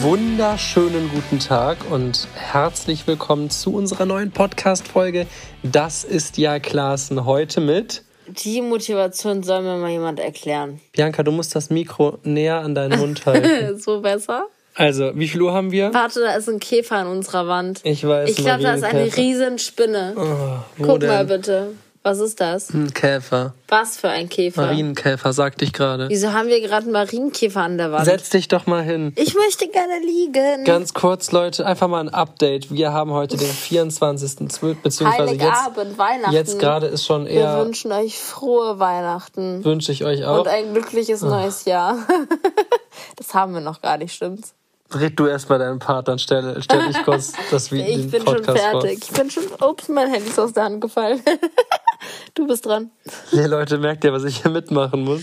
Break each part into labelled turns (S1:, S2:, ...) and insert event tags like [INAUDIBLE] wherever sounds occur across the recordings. S1: wunderschönen guten Tag und herzlich willkommen zu unserer neuen Podcast-Folge. Das ist ja Klassen heute mit.
S2: Die Motivation soll mir mal jemand erklären.
S1: Bianca, du musst das Mikro näher an deinen Mund halten.
S2: [LAUGHS] So besser?
S1: Also, wie viel Uhr haben wir?
S2: Warte, da ist ein Käfer an unserer Wand.
S1: Ich weiß,
S2: Ich glaube, da ist
S1: Marienkäfer. Oh,
S2: eine riesen Spinne.
S1: wo
S2: Guck
S1: denn?
S2: mal bitte. Was ist das?
S1: Ein Käfer.
S2: Was für ein Käfer?
S1: Marienkäfer, sagte ich gerade.
S2: Wieso haben wir gerade einen Marienkäfer an der Wand?
S1: Setz dich doch mal hin.
S2: ich möchte gerne liegen.
S1: Ganz kurz, Leute, einfach mal ein Update. Wir haben heute den 24.12. beziehungsweise also jetzt,
S2: Heiligabend, Weihnachten.
S1: jetzt gerade ist schon
S2: Wir
S1: eher,
S2: wünschen euch frohe Weihnachten
S1: wünsche ich euch auch.
S2: und ein glückliches neues Jahr. [LAUGHS] das haben wir noch gar nicht, stimmt's?
S1: Red du erst mal deinen Part, dann stelle stell ich
S2: [LAUGHS]
S1: kurz das Video.
S2: Ich bin schon fertig. Ich bin schon. Ups, mein Handy ist aus der Hand gefallen. [LAUGHS] du bist dran.
S1: Vor. Ihr Leute, merkt ihr, was ich hier mitmachen muss?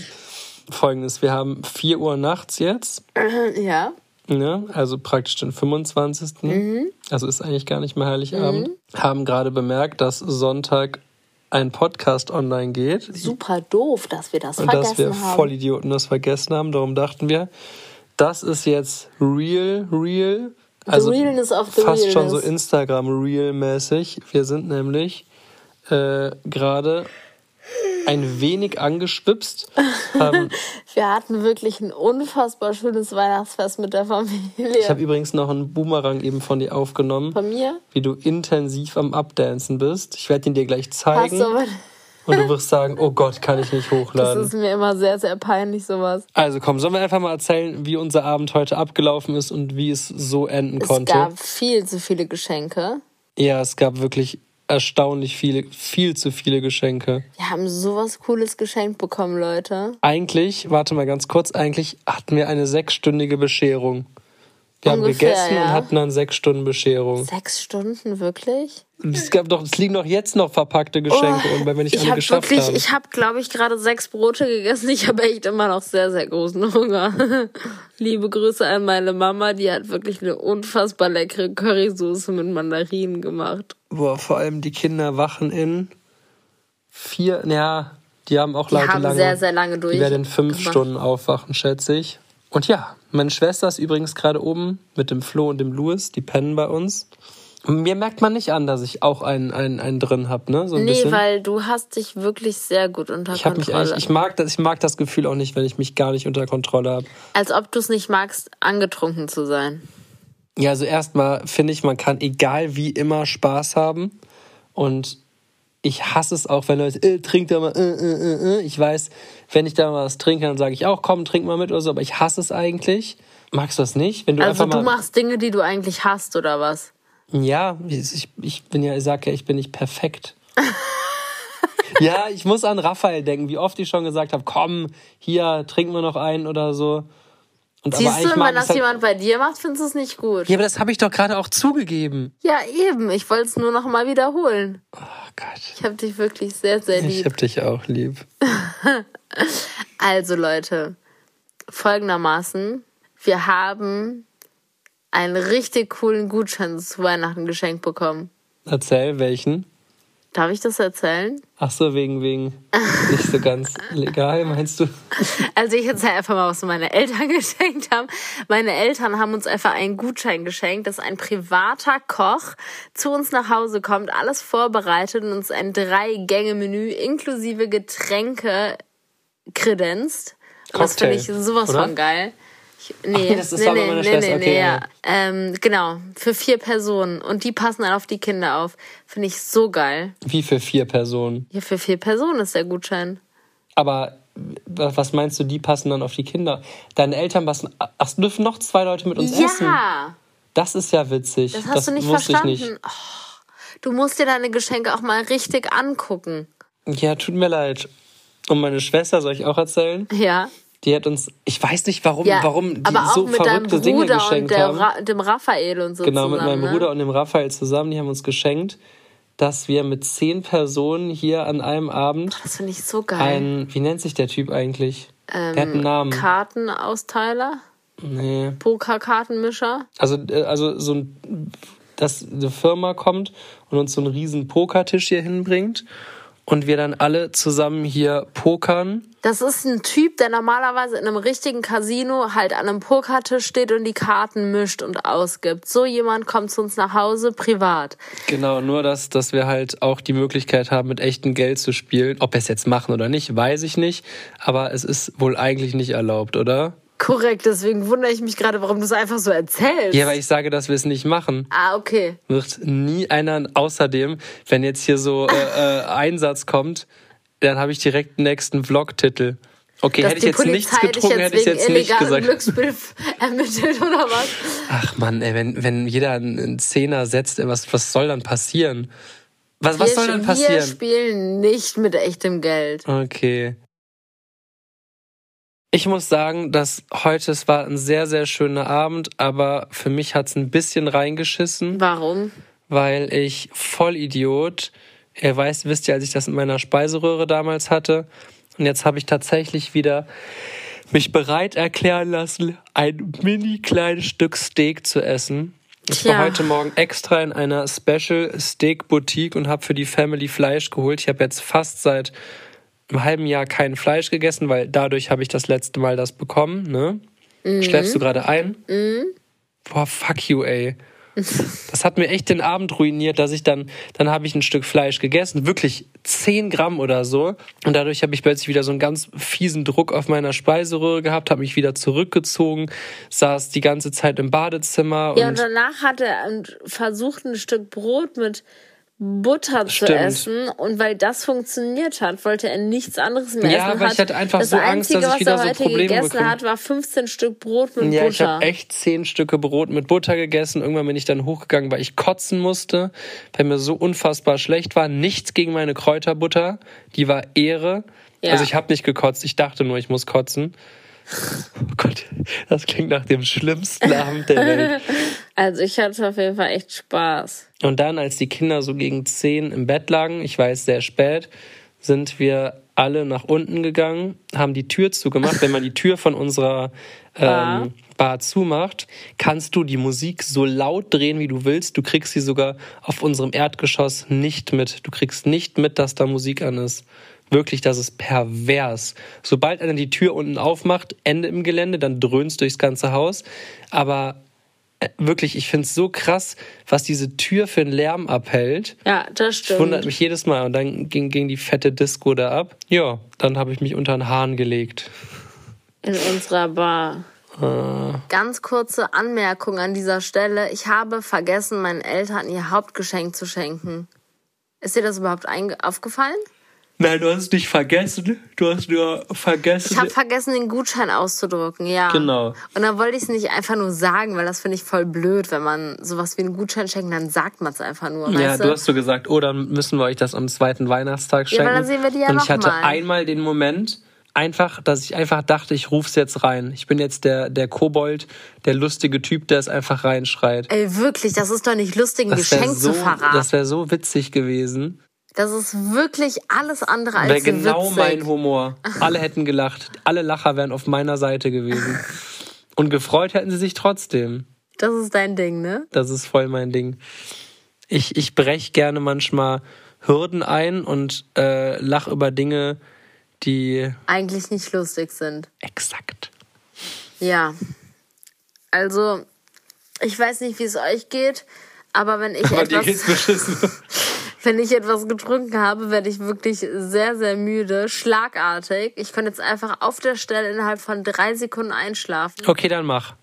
S1: Folgendes, wir haben 4 Uhr nachts jetzt,
S2: Äh, Ja.
S1: ne? also praktisch den 25.
S2: Mhm.
S1: Also ist eigentlich gar nicht mehr Heiligabend. Haben gerade bemerkt, dass Sonntag ein Podcast online geht.
S2: Super doof, dass wir das
S1: Und
S2: vergessen
S1: dass wir
S2: haben.
S1: Vollidioten das vergessen haben. Darum dachten wir, das ist jetzt real, real. Also
S2: realness of the
S1: fast schon so
S2: realness.
S1: Instagram-real-mäßig. Wir sind nämlich äh, gerade ein wenig
S2: [LAUGHS]
S1: Ähm, angeschwipst. Haben,
S2: wir hatten wirklich ein unfassbar schönes Weihnachtsfest mit der Familie.
S1: ich habe übrigens noch einen Boomerang eben von dir aufgenommen,
S2: Von mir
S1: wie du intensiv am Abdancen bist. Ich werde ihn dir gleich
S2: hast
S1: zeigen
S2: du aber.
S1: und du wirst sagen, oh Gott, kann ich nicht
S2: Das
S1: hochladen.
S2: ist mir immer sehr, sehr peinlich, sowas.
S1: Also komm, sollen wir einfach mal erzählen, wie unser Abend heute abgelaufen ist und wie es so enden konnte?
S2: Es gab viel zu viele Geschenke.
S1: ja, es gab wirklich erstaunlich viele, viel zu viele Geschenke.
S2: Wir haben sowas Cooles geschenkt bekommen, Leute.
S1: Eigentlich, warte mal ganz kurz, eigentlich hatten wir eine sechsstündige Bescherung. Wir haben
S2: Ungefähr,
S1: gegessen und
S2: ja.
S1: hatten dann sechs Stunden Bescherung.
S2: Sechs Stunden, wirklich?
S1: Und Es, gab doch, es liegen doch jetzt noch verpackte Geschenke, und weil wir nicht
S2: Oh, ich
S1: alle
S2: habe
S1: geschafft
S2: wirklich,
S1: haben.
S2: ich habe, glaube ich, gerade sechs Brote gegessen. Ich habe echt immer noch sehr, sehr großen Hunger. [LAUGHS] Liebe Grüße an meine Mama, die hat wirklich eine unfassbar leckere Currysoße mit Mandarinen gemacht.
S1: Boah, vor allem die Kinder wachen in vier, naja, die haben auch
S2: Die
S1: Leute
S2: haben
S1: lange.
S2: sehr, sehr lange durch.
S1: Die werden in fünf
S2: gemacht.
S1: Stunden aufwachen, schätze ich. Und ja, meine Schwester ist übrigens gerade oben mit dem Flo und dem Louis, die pennen bei uns. Mir merkt man nicht an, dass ich auch einen, einen, einen drin habe, ne? So ein
S2: Nee,
S1: bisschen.
S2: weil du hast dich wirklich sehr gut unter
S1: ich, hab mich
S2: Kontrolle.
S1: eigentlich, ich, mag das, ich mag das Gefühl auch nicht, wenn ich mich gar nicht unter Kontrolle habe.
S2: Als ob du es nicht magst, angetrunken zu sein.
S1: Ja, also erstmal finde ich, man kann egal wie immer Spaß haben. Und ich hasse es auch, wenn Leute, äh, trink da mal, äh, äh, äh, äh. Ich weiß, wenn ich da mal was trinke, dann sage ich auch, komm, trink mal mit oder so, aber ich hasse es eigentlich. Magst du das nicht? Wenn du
S2: Also
S1: einfach
S2: du
S1: mal.
S2: machst Dinge, die du eigentlich hast, oder was?
S1: Ja, ich, ich bin ja, ich sag ja, ich bin nicht perfekt. [LAUGHS] ja, ich muss an Raphael denken, wie oft ich schon gesagt habe, komm, hier, trink mal noch einen oder so. Und
S2: Siehst du,
S1: eigentlich mag
S2: wenn
S1: ich's
S2: das
S1: halt-
S2: jemand bei dir macht, findest du es nicht gut.
S1: Ja, aber das habe ich doch gerade auch zugegeben.
S2: Ja, eben. Ich wollte es nur noch mal wiederholen.
S1: Oh Gott.
S2: Ich habe dich wirklich sehr, sehr
S1: Ich
S2: lieb.
S1: hab dich auch lieb.
S2: Also Leute, folgendermaßen, wir haben einen richtig coolen Gutschein zu Weihnachten geschenkt bekommen.
S1: Erzähl welchen.
S2: Darf ich das erzählen?
S1: Ach so, wegen,
S2: [LAUGHS]
S1: wegen. Nicht so ganz legal, meinst du?
S2: Also ich erzähle einfach mal, was meine Eltern [LAUGHS] geschenkt haben. Meine Eltern haben uns einfach einen Gutschein geschenkt, dass ein privater Koch zu uns nach Hause kommt, alles vorbereitet und uns ein Drei-Gänge-Menü inklusive Getränke kredenzt. Und das finde ich
S1: Cocktail,
S2: sowas
S1: oder?
S2: von geil. Ich,
S1: nee, das ist aber meine Schwester, okay, ja.
S2: Ähm, genau, für vier Personen. Und die passen dann auf die Kinder auf. Finde ich so geil.
S1: Wie für vier Personen.
S2: Ja, für vier Personen ist der Gutschein.
S1: Aber wa- was meinst du, die passen dann auf die Kinder? Deine Eltern passen. Ach, dürfen noch zwei Leute mit uns essen?
S2: Ja,
S1: Das ist ja witzig.
S2: das hast du nicht
S1: wusste
S2: verstanden.
S1: ich
S2: Oh, du musst dir deine Geschenke auch mal richtig angucken.
S1: nicht. Ja, tut mir leid. Und meine Schwester, soll ich auch erzählen?
S2: Ja.
S1: Die hat uns, ich weiß nicht, warum,
S2: ja.
S1: warum die
S2: aber auch
S1: so
S2: mit deinem
S1: verrückte Dinge
S2: Bruder und
S1: geschenkt
S2: der,
S1: haben.
S2: Ra- dem Raphael und so
S1: Genau,
S2: zusammen.
S1: mit meinem
S2: ne?
S1: Bruder und dem Raphael zusammen, die haben uns geschenkt, dass wir mit zehn Personen hier an einem Abend
S2: Das finde ich so geil.
S1: ein, wie nennt sich der Typ eigentlich? der hat
S2: Ähm,
S1: einen Namen.
S2: Kartenausteiler,
S1: nee.
S2: Pokerkartenmischer.
S1: Also, äh, also so ein, dass eine Firma kommt und uns so einen riesen Pokertisch hier hinbringt und wir dann alle zusammen hier pokern
S2: Das ist ein Typ, der normalerweise in einem richtigen Casino halt an einem Pokertisch steht und die Karten mischt und ausgibt. So jemand kommt zu uns nach Hause privat.
S1: Genau, nur dass, dass wir halt auch die Möglichkeit haben, mit echtem Geld zu spielen. Ob wir es jetzt machen oder nicht, weiß ich nicht. Aber es ist wohl eigentlich nicht erlaubt, oder?
S2: Korrekt, deswegen wundere ich mich gerade, warum du es einfach so erzählst.
S1: Ja, weil ich sage, dass wir es nicht machen.
S2: ah, okay.
S1: Wird nie einer. Außerdem, wenn jetzt hier so
S2: [LAUGHS]
S1: äh, äh, Einsatz kommt, dann habe ich direkt den nächsten Vlog-Titel. Okay,
S2: Dass
S1: hätte ich jetzt nichts getrunken, hätte ich
S2: wegen
S1: jetzt nicht
S2: illegalem
S1: gesagt.
S2: Glücksspiel [LAUGHS] ermittelt oder was?
S1: Ach Mann, ey, wenn, wenn jeder einen einen Zehner setzt, ey, was, was soll dann passieren? Was, was
S2: Wir-
S1: soll dann
S2: Wir
S1: passieren?
S2: spielen nicht mit echtem Geld.
S1: Okay. Ich muss sagen, dass heute, es war ein sehr, sehr schöner Abend, aber für mich hat es ein bisschen reingeschissen.
S2: Warum?
S1: weil ich Vollidiot, ihr weißt, wisst ihr, als ich das in meiner Speiseröhre damals hatte, und jetzt habe ich tatsächlich wieder mich bereit erklären lassen, ein mini kleines Stück Steak zu essen. Ich war
S2: Tja.
S1: heute Morgen extra in einer Special Steak Boutique und habe für die Family Fleisch geholt. Ich habe jetzt fast seit einem halben Jahr kein Fleisch gegessen, weil dadurch habe ich das letzte Mal das bekommen. Ne? Schläfst du gerade ein? Boah, fuck you, ey. Das hat mir echt den Abend ruiniert, dass ich dann, dann habe ich ein Stück Fleisch gegessen, wirklich 10 Gramm oder so. Und dadurch habe ich plötzlich wieder so einen ganz fiesen Druck auf meiner Speiseröhre gehabt, habe mich wieder zurückgezogen, saß die ganze Zeit im Badezimmer
S2: Ja, und
S1: und
S2: danach hat er ähm, versucht, ein Stück Brot mit Butter zu
S1: Stimmt.
S2: essen. Und weil das funktioniert hat, wollte er nichts anderes mehr
S1: Ja,
S2: essen.
S1: aber ich
S2: Hat-
S1: hatte einfach
S2: das
S1: so Angst,
S2: Einzige,
S1: dass ich
S2: was
S1: wieder
S2: er
S1: so
S2: heute
S1: Probleme
S2: gegessen
S1: bekomme.
S2: hat, war 15 Stück Brot mit
S1: Ja, ich
S2: Butter.
S1: habe echt zehn Stücke Brot mit Butter gegessen. Irgendwann bin ich dann hochgegangen, weil ich kotzen musste, weil mir so unfassbar schlecht war. Nichts gegen meine Kräuterbutter, die war Ehre.
S2: Ja.
S1: Also ich habe nicht gekotzt, ich dachte nur, ich muss kotzen. Oh Gott, das klingt nach dem schlimmsten Abend
S2: [LAUGHS]
S1: der Welt.
S2: Also ich hatte auf jeden Fall echt Spaß.
S1: Und dann, als die Kinder so gegen zehn im Bett lagen, ich weiß, sehr spät, sind wir alle nach unten gegangen, haben die Tür zugemacht. Wenn man die Tür von unserer
S2: Bar.
S1: ähm, Bar zumacht, kannst du die Musik so laut drehen, wie du willst. Du kriegst sie sogar auf unserem Erdgeschoss nicht mit. Du kriegst nicht mit, dass da Musik an ist. Wirklich, das ist pervers. Sobald einer die Tür unten aufmacht, Ende im Gelände, dann dröhnst du durchs ganze Haus. Aber äh, wirklich, ich finde es so krass, was diese Tür für einen Lärm abhält.
S2: Ja, das
S1: Das wundert
S2: stimmt.
S1: mich jedes Mal. Und dann ging, ging die fette Disco da ab. Ja, dann habe ich mich unter den Hahn gelegt.
S2: In unserer Bar. Ganz kurze Anmerkung an dieser Stelle. Ich habe vergessen, meinen Eltern ihr Hauptgeschenk zu schenken. Ist dir das überhaupt einge- aufgefallen?
S1: Nein, du hast nicht vergessen. Du hast nur vergessen.
S2: Ich habe vergessen, den Gutschein auszudrucken, ja.
S1: Genau.
S2: Und dann wollte ich es nicht einfach nur sagen, weil das finde ich voll blöd, wenn man sowas wie einen Gutschein schenkt, dann sagt man es einfach nur,
S1: ja,
S2: weißt
S1: du hast so gesagt, oh, dann müssen wir euch das am zweiten Weihnachtstag
S2: Ja,
S1: schenken.
S2: aber dann sehen wir die ja
S1: Und ich
S2: noch
S1: hatte
S2: mal.
S1: einmal den Moment, einfach, dass ich einfach dachte, ich ruf's jetzt rein. Ich bin jetzt der, der Kobold, der lustige Typ, der es einfach reinschreit.
S2: Ey, wirklich, das ist doch nicht lustig, ein
S1: Das wär
S2: Geschenk
S1: so,
S2: zu verraten.
S1: Das
S2: Das,
S1: wäre so witzig gewesen.
S2: ist wirklich alles andere
S1: Wäre
S2: als
S1: genau
S2: witzig.
S1: mein Humor. Alle hätten gelacht. Alle Lacher wären auf meiner Seite gewesen. Und gefreut hätten sie sich trotzdem.
S2: das ist dein Ding, ne?
S1: Das ist voll mein Ding. Ich, ich brech gerne manchmal Hürden ein und äh, lach über Dinge, die
S2: Eigentlich nicht lustig sind.
S1: exakt.
S2: Ja. Also, ich weiß nicht, wie es euch geht,
S1: [LAUGHS]
S2: aber wenn ich etwas
S1: beschissen.
S2: wenn ich etwas getrunken habe, werde ich wirklich sehr sehr müde, schlagartig. Ich könnte jetzt einfach auf der Stelle innerhalb von drei Sekunden einschlafen.
S1: Okay, dann mach.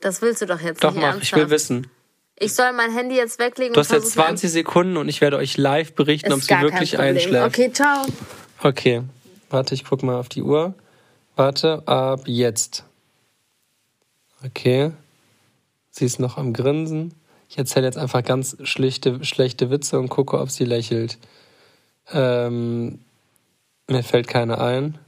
S2: Das willst du doch jetzt
S1: Doch,
S2: nicht
S1: mach. Ich
S2: ernsthaft.
S1: will wissen.
S2: ich soll mein Handy jetzt weglegen
S1: Du hast jetzt
S2: versuchen,
S1: 20 Sekunden und ich werde euch live berichten,
S2: ist
S1: ob sie
S2: gar kein
S1: wirklich
S2: Problem.
S1: einschläft.
S2: Okay, ciao.
S1: Okay, warte, ich guck mal auf die Uhr. Warte, ab jetzt. Okay. Sie ist noch am Grinsen. Ich erzähle jetzt einfach ganz schlichte, schlechte Witze und gucke, ob sie lächelt. Ähm, mir fällt keine ein.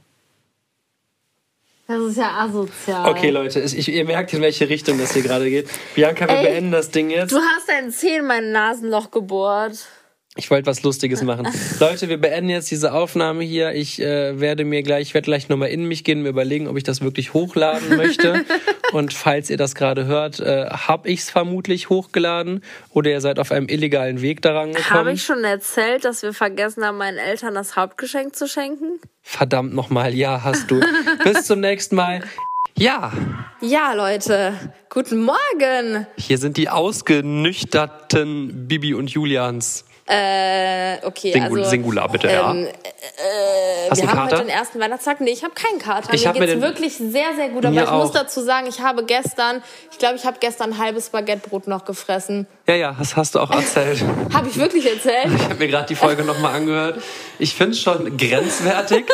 S2: Das ist ja asozial.
S1: Okay, Leute, es- ich, ihr merkt, in welche Richtung das hier gerade geht. Bianca, wir
S2: Ey.
S1: beenden das Ding jetzt.
S2: Du hast ein Zeh in mein Nasenloch gebohrt.
S1: Ich wollte was Lustiges
S2: [LAUGHS]
S1: machen. Leute, wir beenden jetzt diese Aufnahme hier.
S2: [LAUGHS]
S1: Ich äh, werde mir gleich, ich werde gleich nochmal in mich gehen, mir überlegen, ob ich das wirklich hochladen möchte Und falls ihr das gerade hört, äh, habe ich es vermutlich hochgeladen oder ihr seid auf einem illegalen Weg daran gekommen.
S2: Habe ich schon erzählt, dass wir vergessen haben, meinen Eltern das Hauptgeschenk zu schenken?
S1: Verdammt nochmal, ja, hast
S2: [LAUGHS]
S1: du. Bis zum nächsten Mal. Ja,
S2: Ja, Leute, guten Morgen.
S1: hier sind die ausgenüchterten Bibi und Julians.
S2: Äh, okay,
S1: Singul
S2: also
S1: Singular, bitte, ja.
S2: äh,
S1: Hast
S2: wir
S1: du einen
S2: haben heute
S1: Kater?
S2: den ersten Weihnachtstag. Nee, ich habe keinen Kater.
S1: Ich
S2: mir
S1: hab mir
S2: geht's
S1: den-
S2: wirklich sehr, sehr gut. Aber
S1: Mir
S2: ich muss
S1: auch.
S2: dazu sagen, ich habe gestern, ich glaube, ich habe gestern ein halbes Baguettebrot noch gefressen.
S1: Ja, ja, das hast du auch erzählt.
S2: Habe ich wirklich erzählt?
S1: Ich habe mir gerade die Folge nochmal angehört. Ich finde es schon grenzwertig.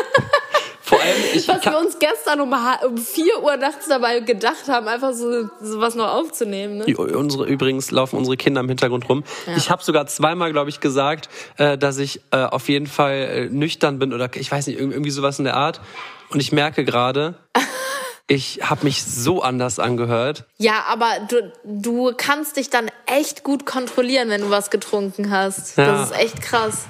S1: Vor allem, ich
S2: Was
S1: kann,
S2: wir uns gestern um, ha- um 4 Uhr nachts dabei gedacht haben, einfach so sowas noch aufzunehmen. Ne?
S1: Die- Unsere, übrigens laufen unsere Kinder im Hintergrund rum. Ich habe sogar zweimal, glaube ich, gesagt, äh, dass ich äh, auf jeden Fall äh, nüchtern bin oder ich weiß nicht, irg- irgendwie sowas in der Art. Und ich merke gerade,
S2: [LAUGHS]
S1: ich habe mich so anders angehört.
S2: Ja, aber du, du kannst dich dann echt gut kontrollieren, wenn du was getrunken hast.
S1: Ja.
S2: Das ist echt krass.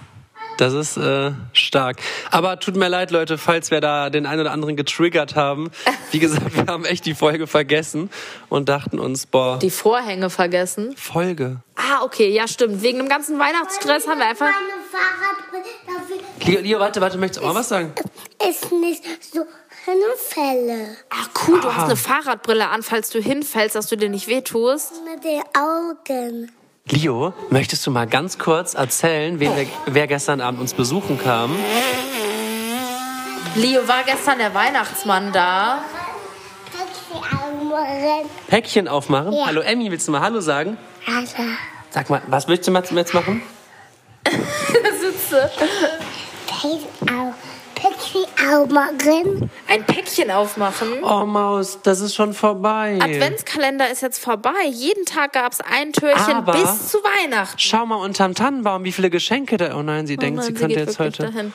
S1: Das ist äh, stark. Aber tut mir leid, Leute, falls wir da den einen oder anderen getriggert haben. Wie gesagt, wir haben echt die Folge vergessen und dachten uns, boah,
S2: Die Vorhänge vergessen.
S1: Folge.
S2: Ah, okay, ja, stimmt. Wegen dem ganzen Weihnachtsstress haben wir einfach.
S3: Meine Fahrradbrille
S1: Leo, Leo, warte, warte, möchtest du auch mal was sagen?
S3: ist nicht so eine Fälle.
S2: Ach cool, du hast eine Fahrradbrille an, falls du hinfällst, dass du dir nicht wehtust.
S3: Mit den Augen.
S1: Leo, möchtest du mal ganz kurz erzählen, wen wir, wer gestern Abend uns besuchen kam?
S2: Leo war gestern der Weihnachtsmann da.
S3: Kannst du die Augen machen?
S1: Päckchen aufmachen.
S3: Ja.
S1: Hallo Emmy, willst du mal Hallo sagen?
S3: Also,
S1: Sag mal, was willst du mal- jetzt machen?
S3: die Augen. Kannst du die Augen machen?
S2: Ein Päckchen aufmachen.
S1: Oh Maus, das ist schon vorbei.
S2: Adventskalender ist jetzt vorbei. Jeden Tag gab es ein Türchen
S1: Aber-
S2: bis zu Weihnachten.
S1: Schau mal unterm Tannenbaum, wie viele Geschenke da. Oh nein, sie denkt, sie
S2: Mann,
S1: könnte
S2: geht
S1: jetzt
S2: wirklich
S1: heute.
S2: Dahin.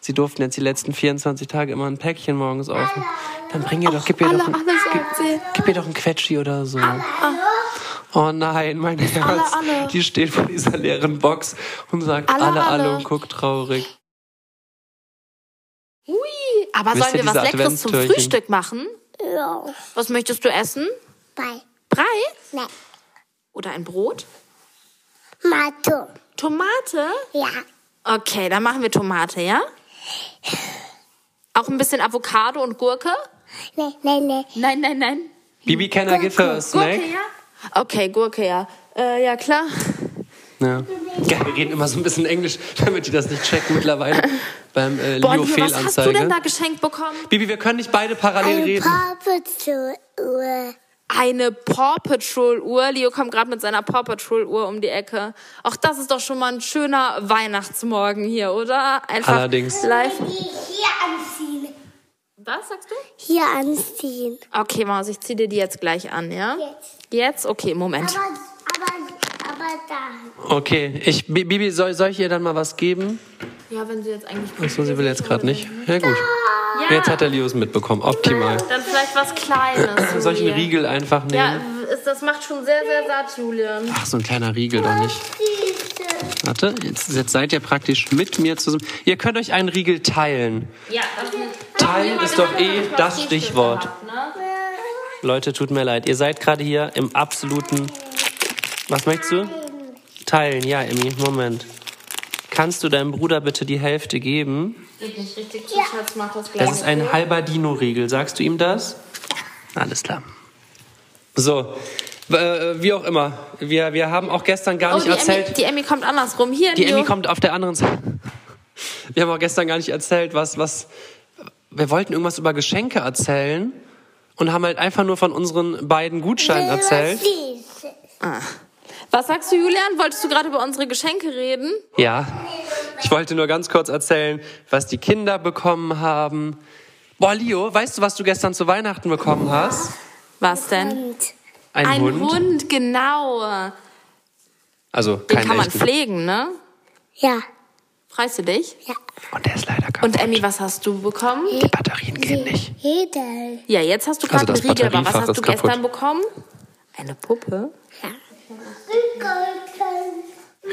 S1: Sie durften jetzt die letzten 24 Tage immer ein Päckchen morgens offen. Dann bring ihr doch, gib ihr
S2: alle,
S1: doch, ein,
S2: alle
S1: gib,
S2: sagt sie.
S1: gib ihr doch ein Quetschi oder so. Oh nein, mein Herz.
S2: alle.
S1: Die steht vor dieser leeren Box und sagt alle,
S2: Alle,
S1: alle,
S2: alle.
S1: und guckt traurig.
S2: Hui. Aber
S1: Wisst
S2: sollen
S1: ihr
S2: wir was
S1: diese
S2: Leckeres zum
S1: Adventstürchen?
S2: Frühstück machen?
S3: Ja.
S2: Was möchtest du essen?
S3: Bei. Ne.
S2: Brei?
S3: Nein.
S2: Oder ein Brot?
S3: Mathe.
S2: Tomate?
S3: Ja.
S2: Okay, dann machen wir Tomate, ja? Auch ein bisschen Avocado und Gurke?
S3: Nein, nein, nein.
S2: Nein, nein, nein.
S1: Bibi, can I give her a snack?
S2: Gurke, ja? Okay, Gurke, ja. Äh, ja, klar.
S1: Ja. ja. Wir reden immer so ein bisschen Englisch, [LAUGHS] damit die das nicht checken mittlerweile beim äh,
S2: Boah, Leo, was hast du denn
S1: Leo-Fehlanzeige.
S2: da geschenkt bekommen?
S1: Bibi, wir können nicht beide parallel
S3: Eine
S1: reden.
S3: Pappe zur Uhr.
S2: Eine Paw Patrol Uhr. Leo kommt gerade mit seiner Paw Patrol Uhr um die Ecke. Auch das ist doch schon mal ein schöner Weihnachtsmorgen hier, oder? Einfach
S1: Allerdings.
S2: live.
S3: Die hier anziehen.
S2: Was sagst du?
S3: Hier anziehen.
S2: Okay, Maus, ich zieh dir die jetzt gleich an, ja?
S3: Jetzt.
S2: Jetzt? Okay, Moment.
S3: Aber, aber, aber da.
S1: Okay, ich, Bi- Bibi, soll, soll ich ihr dann mal was geben?
S2: Ja, wenn sie jetzt eigentlich.
S1: Achso, sie will jetzt gerade nicht. Ja gut.
S2: Ja.
S1: Jetzt hat der Leo es mitbekommen. Optimal.
S2: Dann vielleicht was Kleines.
S1: Soll ich einen
S2: Julian.
S1: Riegel einfach nehmen?
S2: Ja, ist- das macht schon sehr, sehr satt, Julian.
S1: Ach, so ein kleiner Riegel doch nicht.
S3: Süße.
S1: Warte, jetzt, jetzt seid ihr praktisch mit mir zusammen. Ihr könnt euch einen Riegel teilen.
S2: Ja,
S1: Teilen ist doch eh das Stichwort. Leute, tut mir leid. Ihr seid gerade hier im absoluten. Was möchtest du? Teilen, ja, Emmy. Moment. Kannst du deinem Bruder bitte die Hälfte geben?
S2: Geht nicht richtig zu, Schatz, mach das gleich.
S1: Das ist ein halber Dino-Riegel. Sagst du ihm das? Alles klar. So, äh, wie auch immer. Wir, wir haben auch gestern gar
S2: Oh,
S1: nicht
S2: die
S1: erzählt.
S2: Emmy, die Emmy kommt andersrum. Hier,
S1: Die Emmy
S2: Leo.
S1: kommt auf der anderen Seite. Wir haben auch gestern gar nicht erzählt, was, was. Wir wollten irgendwas über Geschenke erzählen und haben halt einfach nur von unseren beiden Gutscheinen erzählt.
S3: Süße.
S2: Ah. Was sagst du, Julian? Wolltest du gerade über unsere Geschenke reden?
S1: Ja. Ich wollte nur ganz kurz erzählen, was die Kinder bekommen haben. Boah, Leo, weißt du, was du gestern zu Weihnachten bekommen hast?
S2: Was denn?
S3: Und
S1: Ein,
S2: Ein
S1: Hund.
S2: Hund, genau.
S1: Also
S2: Den
S1: kein
S2: kann man
S1: echten.
S2: pflegen, ne?
S3: ja,
S2: Freust du dich?
S3: ja.
S1: Und der ist leider kaputt.
S2: Und Emmy, was hast du bekommen?
S1: die Batterien gehen nicht.
S3: Jeder.
S2: Ja, jetzt hast du
S1: Also
S2: gerade
S1: das
S2: einen Riegel, aber was
S1: Batteriefach
S2: hast du
S1: ist kaputt.
S2: gestern bekommen? Eine Puppe?
S3: Ja.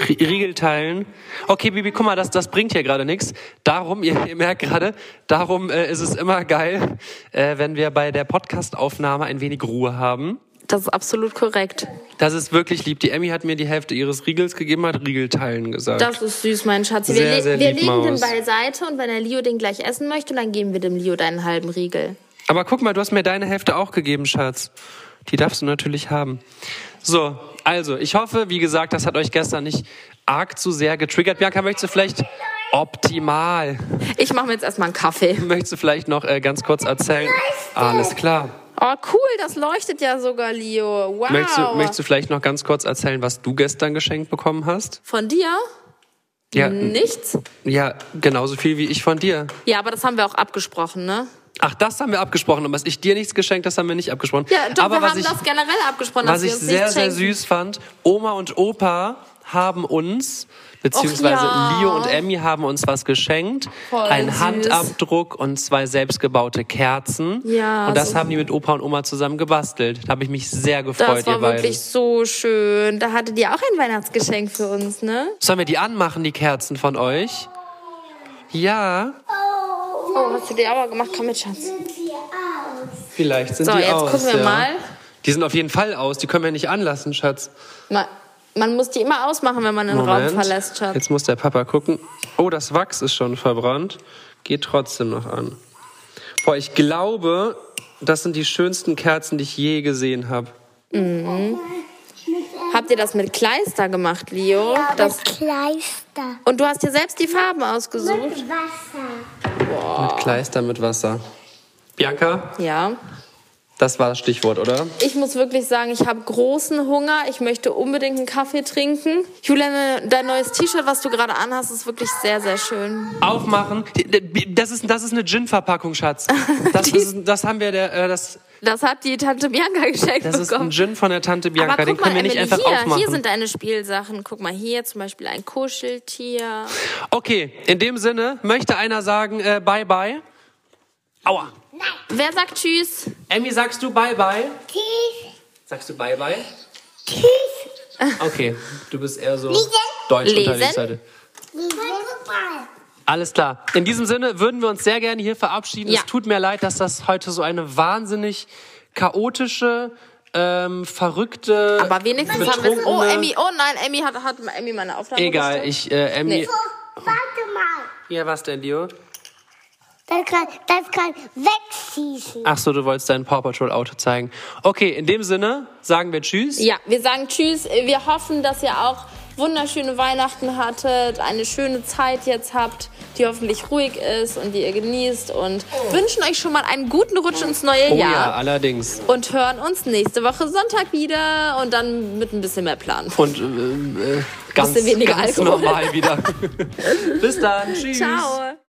S1: Rie- Riegel teilen. Okay, Bibi, guck mal, das, das bringt hier gerade nichts. Darum, [LAUGHS] ihr, ihr merkt gerade, darum äh, ist es immer geil, äh, wenn wir bei der Podcast-Aufnahme ein wenig Ruhe haben.
S2: Das ist absolut korrekt.
S1: Das ist wirklich lieb. Die Emmy hat mir die Hälfte ihres Riegels gegeben, hat Riegel teilen gesagt.
S2: Das ist süß, mein Schatz. Wir,
S1: Sehr,
S2: le-
S1: sehr
S2: wir
S1: lieb,
S2: legen den
S1: Maus.
S2: beiseite und wenn der Leo den gleich essen möchte, dann geben wir dem Leo deinen halben Riegel.
S1: Aber guck mal, du hast mir deine Hälfte auch gegeben, Schatz. Die darfst du natürlich haben. So, also, ich hoffe, wie gesagt, das hat euch gestern nicht arg zu sehr getriggert. Bianca, möchtest du vielleicht optimal, [LAUGHS]
S2: Ich mache mir jetzt erstmal einen Kaffee.
S1: möchtest du vielleicht noch äh, ganz kurz erzählen? Alles klar.
S2: Oh, cool, das leuchtet ja sogar, Leo. Wow.
S1: Möchtest du, möchtest du vielleicht noch ganz kurz erzählen, was du gestern geschenkt bekommen hast?
S2: Von dir?
S1: Ja,
S2: Mhm. Nichts?
S1: ja, genauso viel wie ich von dir.
S2: Ja, aber das haben wir auch abgesprochen, ne?
S1: Ach, das haben wir abgesprochen. Und was ich dir nichts geschenkt, das haben wir nicht abgesprochen.
S2: Ja, doch,
S1: Aber
S2: wir
S1: was
S2: haben
S1: ich,
S2: das generell abgesprochen, dass
S1: Was
S2: wir
S1: ich
S2: uns
S1: sehr,
S2: nichts
S1: sehr
S2: schenken.
S1: süß fand, Oma und Opa haben uns, beziehungsweise
S2: ja.
S1: Leo und Emmy haben uns was geschenkt.
S2: Voll
S1: Ein
S2: süß.
S1: Handabdruck und zwei selbstgebaute Kerzen.
S2: Ja,
S1: und das
S2: so-
S1: haben die mit Opa und Oma zusammen gebastelt. Da habe ich mich sehr gefreut,
S2: Das war
S1: ihr beiden.
S2: wirklich so schön. Da hattet ihr auch ein Weihnachtsgeschenk für uns, ne?
S1: Sollen wir die anmachen, die Kerzen von euch? Ja,
S2: Oh, hast du dir aber gemacht? Komm mit, Schatz.
S1: vielleicht sind
S2: So,
S1: die
S2: jetzt
S1: aus.
S2: gucken wir
S1: ja.
S2: mal.
S1: Die sind auf jeden Fall aus, die können wir nicht anlassen, Schatz.
S2: Ma- Man muss die immer ausmachen, wenn man den Raum
S1: Moment.
S2: verlässt, Schatz.
S1: Jetzt muss der Papa gucken. Oh, das Wachs ist schon verbrannt. Geht trotzdem noch an. Boah, ich glaube, das sind die schönsten Kerzen, die ich je gesehen habe.
S3: Mhm. Oh
S2: Habt ihr das mit Kleister gemacht, Leo? Das
S3: Das Kleister.
S2: und du hast dir selbst die Farben ausgesucht?
S3: Mit Wasser.
S1: Mit Kleister mit Wasser. Bianca,
S2: Ja.
S1: das war das Stichwort, oder?
S2: Ich muss wirklich sagen, ich habe großen Hunger. Ich möchte unbedingt einen Kaffee trinken. Julian, dein neues T-Shirt, was du gerade anhast, ist wirklich sehr, sehr schön.
S1: Aufmachen. Das ist, das ist eine Gin-Verpackung, Schatz.
S2: [LAUGHS]
S1: Das, ist, das haben wir der, äh, das,
S2: Das hat die Tante Bianca geschenkt
S1: das ist ein
S2: bekommen.
S1: Gin von der Tante Bianca.
S2: Oh Aber
S1: Den
S2: guck mal,
S1: können wir nicht
S2: Emily,
S1: einfach
S2: hier,
S1: aufmachen.
S2: hier sind deine Spielsachen. Guck mal, hier zum Beispiel ein Kuscheltier.
S1: okay, in dem Sinne möchte einer sagen, äh, bye bye. Aua.
S2: Wer sagt Tschüss?
S1: Emmy, sagst du bye bye?
S3: Tief,
S1: Sagst du bye bye?
S3: tief.
S1: Okay, du bist eher so
S3: Lesen?
S1: deutsch
S2: Lesen?
S1: unterwegs heute.
S3: Wie guck mal.
S1: Alles klar. In diesem Sinne würden wir uns sehr gerne hier verabschieden.
S2: Ja.
S1: Es tut mir leid, dass das heute so eine wahnsinnig chaotische, ähm, verrückte.
S2: Aber wenigstens haben wir es. Oh,
S1: betrunkene-
S2: Emmy, oh nein, Emmy hat, hat Emmy meine Aufnahme.
S1: Egal,
S2: gestört?
S1: ich, äh, Emmy.
S2: Nee.
S3: Oh, warte mal.
S1: Ja, was denn, Leo?
S3: Das kann, das kann wegschießen.
S1: Ach so, du wolltest dein Paw Patrol Auto zeigen. Okay, in dem Sinne sagen wir Tschüss.
S2: Ja, wir sagen Tschüss. Wir hoffen, dass ihr auch wunderschöne Weihnachten hattet, eine schöne Zeit jetzt habt, die hoffentlich ruhig ist und die ihr genießt und wünschen euch schon mal einen guten Rutsch ins neue
S1: oh ja.
S2: Jahr
S1: allerdings.
S2: und hören uns nächste Woche Sonntag wieder und dann mit ein bisschen mehr Plan.
S1: Und ähm, äh, ganz,
S2: weniger
S1: ganz
S2: Alkohol. [LAUGHS]
S1: normal wieder. Bis dann. Tschüss.
S2: Ciao.